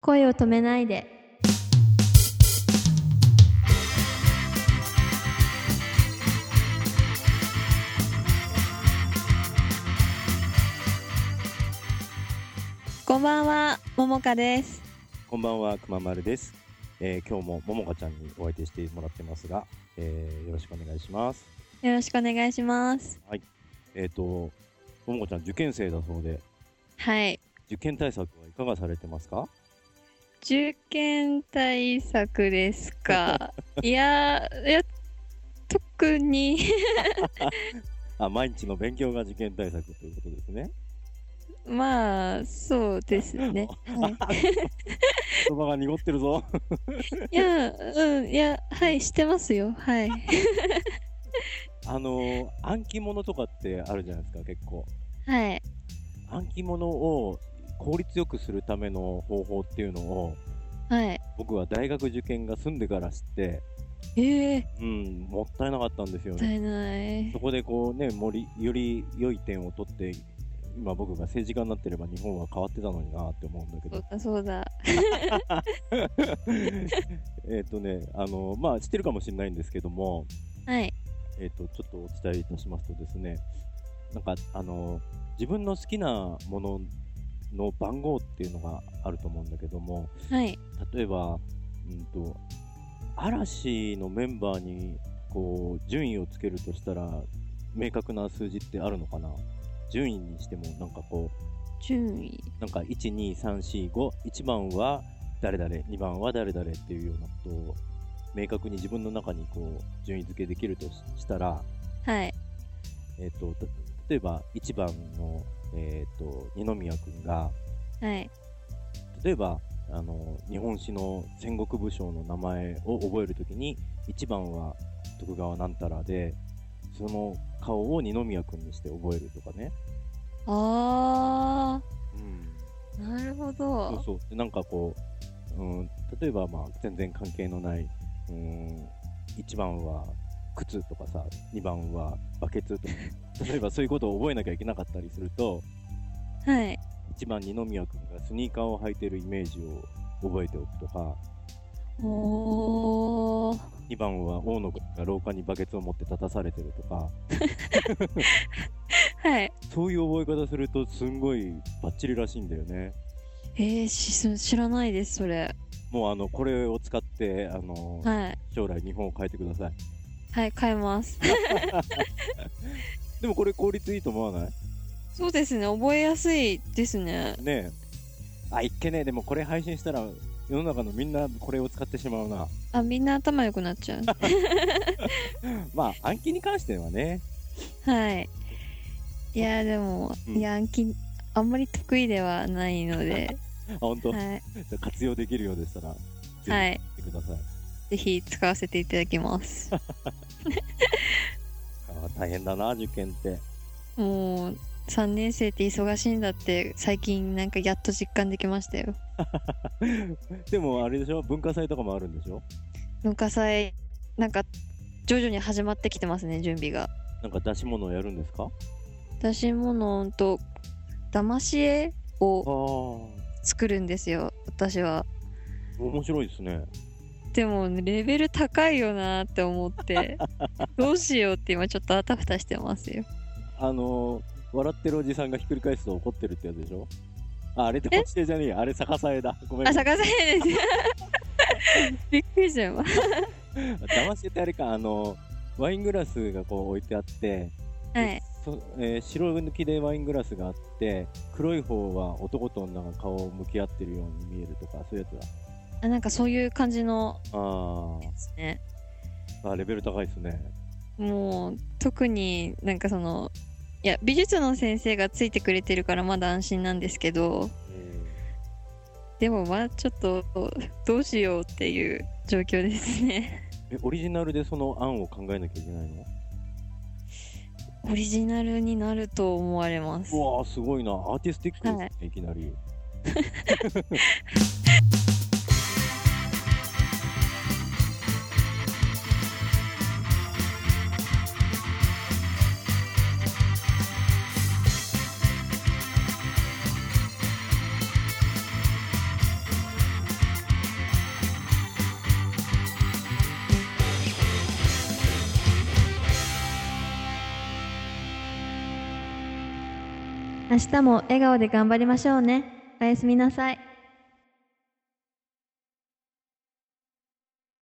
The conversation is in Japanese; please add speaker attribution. Speaker 1: 声を止めないで。
Speaker 2: こんばんは、ももかです。
Speaker 3: こんばんは、くままるです。えー今日もももかちゃんにお相手してもらってますが、えーよろしくお願いします。
Speaker 2: よろしくお願いします。
Speaker 3: えっ、と、ももかちゃん受験生だそうで、
Speaker 2: はい。
Speaker 3: 受験対策はいかがされてますか
Speaker 2: 受験対策です か。いやー、いや、特に、
Speaker 3: あ、毎日の勉強が受験対策ということですね。
Speaker 2: まあ、そうですね。はい
Speaker 3: 言葉が濁ってるぞ。
Speaker 2: いや、うん、いや、はい、してますよ。はい。
Speaker 3: あのー暗記物とかってあるじゃないですか、結構。
Speaker 2: はい。
Speaker 3: 暗記物を効率よくするための方法っていうのを、
Speaker 2: はい。
Speaker 3: 僕は大学受験が済んでから知って、
Speaker 2: ええ
Speaker 3: うん、もったいなかったんです
Speaker 2: ー、も
Speaker 3: よ
Speaker 2: っ
Speaker 3: ね
Speaker 2: た。いない
Speaker 3: そ。こでこうね、もりより良い点を取って、今僕が政治家になってれば日本は変わってたのになって思うんだけ
Speaker 2: そう
Speaker 3: ど、
Speaker 2: だ、そうだ。
Speaker 3: えっとね、あの、まあ、知ってるかもしれないんですけども、
Speaker 2: はい。
Speaker 3: えっ、と、ちょっとお伝えいたしますとですね、なんか、あの、自分の好きなものの番号っていうのがあると思うんだけども、
Speaker 2: はい。
Speaker 3: 例えば、うんと、嵐のメンバーに、こう、順位をつけるとしたら、明確な数字ってあるのかな順位にしても、なんかこ
Speaker 2: 順位。
Speaker 3: う、なんか、1、2、3、4、5、1番は誰々、2番は誰々っていうようなことを、明確に自分の中にこう、順位付けできるとししたら、
Speaker 2: はい。
Speaker 3: えっ、と、た例えば、1番の、えっ、と、二宮くんが、
Speaker 2: はい。
Speaker 3: 例えばあの日本史の戦国武将の名前を覚えるときに1番は徳川なんたらでその顔を二宮君にして覚えるとかね、
Speaker 2: あー、なるほ
Speaker 3: そう
Speaker 2: ど。
Speaker 3: そうでなんかこう、うん、例えば、まあ、全然関係のない、うん、1番は靴とかさ2番はバケツとか 例えばそういうことを覚えなきゃいけなかったりすると
Speaker 2: はい。
Speaker 3: 1番二宮君がスニーカーを履いてるイメージを覚えておくとか
Speaker 2: おー。
Speaker 3: 2番は大野君が廊下にバケツを持って立たされてるとか
Speaker 2: はい。
Speaker 3: そういう覚え方するとすんごいバッチリらしいんだよね
Speaker 2: えー、しそ知らないですそれ
Speaker 3: もうあのこれを使ってあの、
Speaker 2: はい
Speaker 3: 将来日本を変えてください
Speaker 2: はい変えます
Speaker 3: でもこれ効率いいと思わない
Speaker 2: そうですね覚えやすいですね
Speaker 3: ねえあいっけねえでもこれ配信したら世の中のみんなこれを使ってしまうな
Speaker 2: あみんな頭良くなっち ゃう
Speaker 3: まあ暗記に関してはね
Speaker 2: はいいやーでも、
Speaker 3: うん
Speaker 2: いや暗記あんまり得意ではないの で
Speaker 3: あ本当、
Speaker 2: はい、
Speaker 3: 活用できるようでしたらぜひ
Speaker 2: は
Speaker 3: や
Speaker 2: い、
Speaker 3: ってください、
Speaker 2: ぜひ使わせていただきます
Speaker 3: あ大変だな受験って
Speaker 2: もう3年生って忙しいんだって最近なんかやっと実感できましたよ
Speaker 3: でもあれでしょ文化祭とかもあるんでしょ
Speaker 2: 文化祭なんか徐々に始まってきてますね準備が
Speaker 3: なんか出し物をやるんですか
Speaker 2: 出し物うんと騙し絵を
Speaker 3: ああ面
Speaker 2: 作るんですよ私は
Speaker 3: 白いですね
Speaker 2: でもレベル高いよなって思ってどうしようって今ちょっとあたふたしてますよ
Speaker 3: あのー、笑ってるおじさんがひっくり返すと怒ってるってやつでしょああれって落ちてじゃねえやあれ逆さ絵だごめん
Speaker 2: あ逆さ絵です びっくりしちゃいます
Speaker 3: 騙しててあれかあのー、ワイングラスがこう置いてあって、
Speaker 2: はい
Speaker 3: そえー白抜きでワイングラスがあって黒い方は男と女が顔を向き合ってるように見えるとかそういうやつだ
Speaker 2: あなんかそういう感じの
Speaker 3: あー
Speaker 2: ですね
Speaker 3: あレベル高いですね
Speaker 2: もう特になんかそのいや美術の先生がついてくれてるからまだ安心なんですけどでもまあちょっとどうしようっていう状況ですね
Speaker 3: えオリジナルでその案を考えなきゃいけないの
Speaker 2: オリジナルになると思われます
Speaker 3: う。わあすごいなアーティスティックですね、、
Speaker 2: はい
Speaker 3: きなり
Speaker 1: 「
Speaker 2: 明日も笑顔で頑張りましょうね。おやすみなさい。